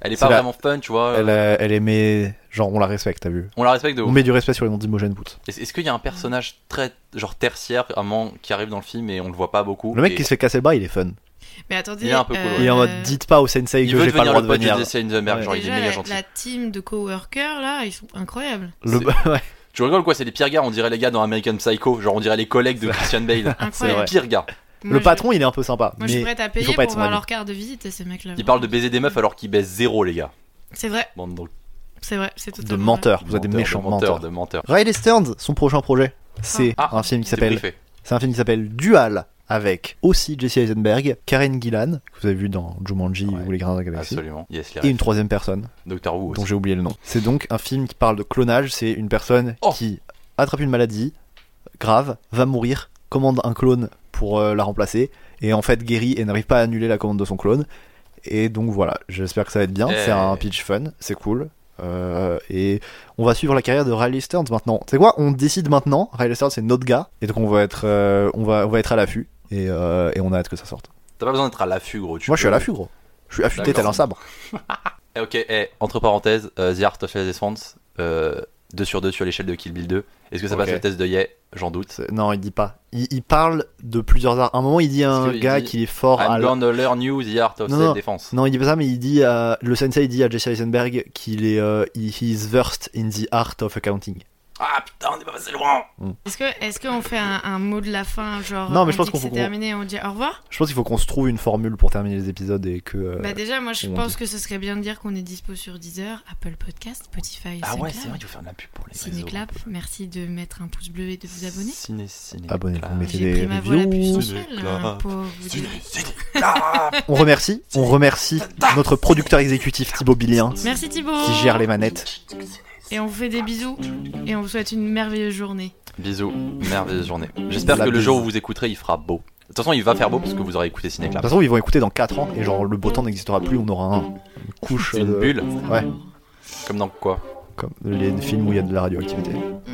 Speaker 2: elle est,
Speaker 1: C'est
Speaker 2: pas
Speaker 1: la-
Speaker 2: vraiment fun tu vois.
Speaker 1: Elle, euh, elle aimait genre on la respecte, t'as vu.
Speaker 2: On la respecte de
Speaker 1: On
Speaker 2: ouf.
Speaker 1: met du respect sur les noms d'Imogen Boots.
Speaker 2: Est-ce est-ce qu'il y a un personnage très genre tertiaire vraiment qui arrive dans le film et on le voit pas beaucoup
Speaker 1: Le mec
Speaker 2: et
Speaker 1: qui se fait casser le bras, il est fun.
Speaker 9: Mais attendez, euh,
Speaker 2: Il est un peu cool, ouais.
Speaker 1: Il est en mode dites pas au sensei
Speaker 2: il
Speaker 1: que
Speaker 2: veut
Speaker 1: j'ai pas le
Speaker 2: devenir le
Speaker 1: droit de
Speaker 2: pote de
Speaker 1: venir.
Speaker 2: Jesse Eisenberg
Speaker 1: Ouais.
Speaker 2: genre il est
Speaker 9: déjà,
Speaker 2: méga
Speaker 9: euh, la,
Speaker 2: gentil.
Speaker 9: la team de coworkers là, ils sont incroyables.
Speaker 1: Le- ouais.
Speaker 2: Tu rigoles quoi C'est les pires gars, on dirait les gars dans American Psycho, genre on dirait les collègues de Christian Bale.
Speaker 1: Ah, C'est vrai.
Speaker 9: Incroyable.
Speaker 2: Pires gars.
Speaker 9: Moi,
Speaker 1: le
Speaker 9: je-
Speaker 1: patron, il est un peu sympa.
Speaker 9: Moi, je suis
Speaker 1: mais
Speaker 9: prête à
Speaker 1: faut
Speaker 9: payer
Speaker 1: pas être
Speaker 9: pour
Speaker 1: son
Speaker 9: voir
Speaker 1: ami.
Speaker 9: leur carte de visite, ces mecs-là.
Speaker 2: Ils parlent de baiser des meufs alors qu'ils baissent zéro, les gars.
Speaker 9: C'est vrai,
Speaker 2: Bande de-
Speaker 9: c'est vrai, c'est
Speaker 1: de
Speaker 9: totalement vrai.
Speaker 1: menteurs. Vous êtes des
Speaker 2: menteurs, de
Speaker 1: méchants
Speaker 2: menteurs,
Speaker 1: menteurs.
Speaker 2: de menteurs.
Speaker 1: Riley Stearns, son prochain projet, c'est
Speaker 2: Ah.
Speaker 1: un film qui
Speaker 2: C'est
Speaker 1: s'appelle
Speaker 2: briefé.
Speaker 1: C'est un film qui s'appelle Dual avec aussi Jesse Eisenberg, Karen Gillan, que vous avez vu dans Jumanji
Speaker 2: Ouais, Ah,
Speaker 1: ou Les Grains de la Galaxie,
Speaker 2: Absolument. Yes, les
Speaker 1: et
Speaker 2: refs.
Speaker 1: une troisième personne
Speaker 2: Doctor Who
Speaker 1: dont
Speaker 2: aussi.
Speaker 1: j'ai oublié le nom. C'est donc un film qui parle de clonage. C'est une personne
Speaker 2: Oh.
Speaker 1: qui attrape une maladie grave, va mourir, commande un clone pour euh, la remplacer et en fait guérit et n'arrive pas à annuler la commande de son clone. Et donc voilà, j'espère que ça va être bien.
Speaker 2: Eh.
Speaker 1: C'est un pitch fun, c'est cool. Euh, et on va suivre la carrière de Riley Stearns maintenant. C'est quoi On décide maintenant. Riley Stearns c'est notre gars et donc on va être, euh, on va, on va être à l'affût et, euh, et on a hâte que ça sorte.
Speaker 2: T'as pas besoin d'être à l'affût, gros. tu
Speaker 1: Moi je suis à
Speaker 2: peux-
Speaker 1: l'affût gros. Je suis affûté
Speaker 2: D'accord.
Speaker 1: tel un sabre.
Speaker 2: Eh, Ok, eh, entre parenthèses, euh, The Art of the Defense, 2 sur 2 sur l'échelle de Kill Bill 2. Est-ce que ça passe
Speaker 1: Ok.
Speaker 2: le test de Yeh J'en doute.
Speaker 1: C'est- Non, il dit pas. Il, il parle de plusieurs arts. À un moment, il dit à
Speaker 2: Parce
Speaker 1: un
Speaker 2: que il
Speaker 1: gars
Speaker 2: dit,
Speaker 1: qu'il est fort à
Speaker 2: I'm
Speaker 1: la-
Speaker 2: gonna learn you The Art of
Speaker 1: Non, non.
Speaker 2: Self-Defense.
Speaker 1: Non, il dit pas ça, mais il dit à... le sensei dit à Jesse Eisenberg qu'il est euh, he he is versed in the art of accounting.
Speaker 2: Ah putain, on est pas passé loin
Speaker 9: Est-ce que est-ce qu'on fait un, un mot de la fin, genre
Speaker 1: Non, mais je
Speaker 9: on
Speaker 1: pense
Speaker 9: dit
Speaker 1: qu'on-
Speaker 9: que c'est
Speaker 1: qu'on-
Speaker 9: terminé, on dit au revoir
Speaker 1: Je pense qu'il faut qu'on se trouve une formule pour terminer les épisodes et que. euh,
Speaker 9: Bah déjà, moi je
Speaker 1: on
Speaker 9: pense que ce serait bien de dire qu'on est dispo sur Deezer, Apple Podcast, Spotify,
Speaker 2: Ah ouais,
Speaker 9: SoundCloud,
Speaker 2: c'est vrai, il faut faire de la pub pour les réseaux.
Speaker 9: Cinéclap. Merci de mettre un pouce bleu et de vous abonner.
Speaker 2: Ciné, ciné.
Speaker 1: bah, Abonnez-vous,
Speaker 2: clap.
Speaker 1: mettez-
Speaker 9: Ah, J'ai pris
Speaker 1: des
Speaker 9: ma voix la plus
Speaker 1: reviews.
Speaker 9: sensuelle hein,
Speaker 2: Cinéclap.
Speaker 9: pour vous dire.
Speaker 2: Ciné, ciné, clap.
Speaker 1: On remercie, on remercie notre producteur exécutif Thibaut Bilien
Speaker 9: Merci Thibaut
Speaker 1: qui gère les manettes.
Speaker 9: Et on vous fait des bisous et on vous souhaite une merveilleuse journée.
Speaker 2: Bisous, merveilleuse journée. J'espère
Speaker 1: La
Speaker 2: que le
Speaker 1: bise.
Speaker 2: jour où vous écouterez, il fera beau. De toute façon, il va faire beau parce que vous aurez écouté
Speaker 1: De toute
Speaker 2: Cinéclap.
Speaker 1: façon, ils vont écouter dans 4 ans et genre le beau temps n'existera plus, on aura un- une couche euh,
Speaker 2: Une
Speaker 1: de-
Speaker 2: bulle,
Speaker 1: Ouais.
Speaker 2: comme dans quoi
Speaker 1: comme les films où il y a de la radioactivité.
Speaker 9: Mm.